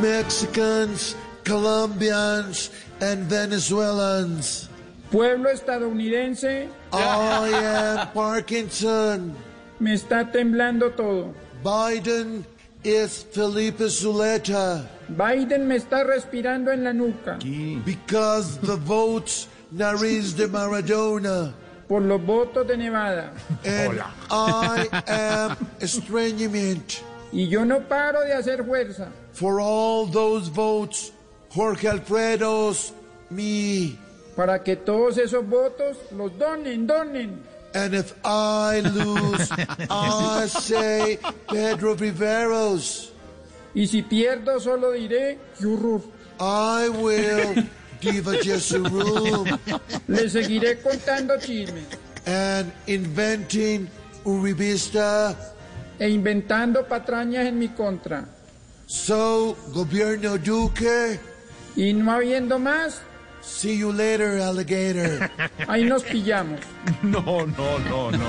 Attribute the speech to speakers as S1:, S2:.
S1: Mexicans, Colombians, and Venezuelans.
S2: Pueblo estadounidense,
S1: I am Parkinson.
S2: me está temblando todo.
S1: Biden is Felipe Zuleta
S2: Biden me está respirando en la nuca
S1: because the votes Nariz de Maradona.
S2: por los votos de Nevada.
S1: And I am estrangement
S2: Y yo no paro de hacer fuerza
S1: for all those votes, Jorge Alfredo's, me.
S2: para que todos esos votos los donen, donen.
S1: And if I lose, I say Pedro Viveros.
S2: Y si pierdo solo diré, yurrur.
S1: I will give a just a room
S2: Le seguiré contando chismes
S1: and inventing Uribista.
S2: e inventando patrañas en mi contra.
S1: So, Gobierno Duque,
S2: Y no habiendo más,
S1: see you later, alligator.
S2: ahí nos pillamos.
S3: No, no, no, no.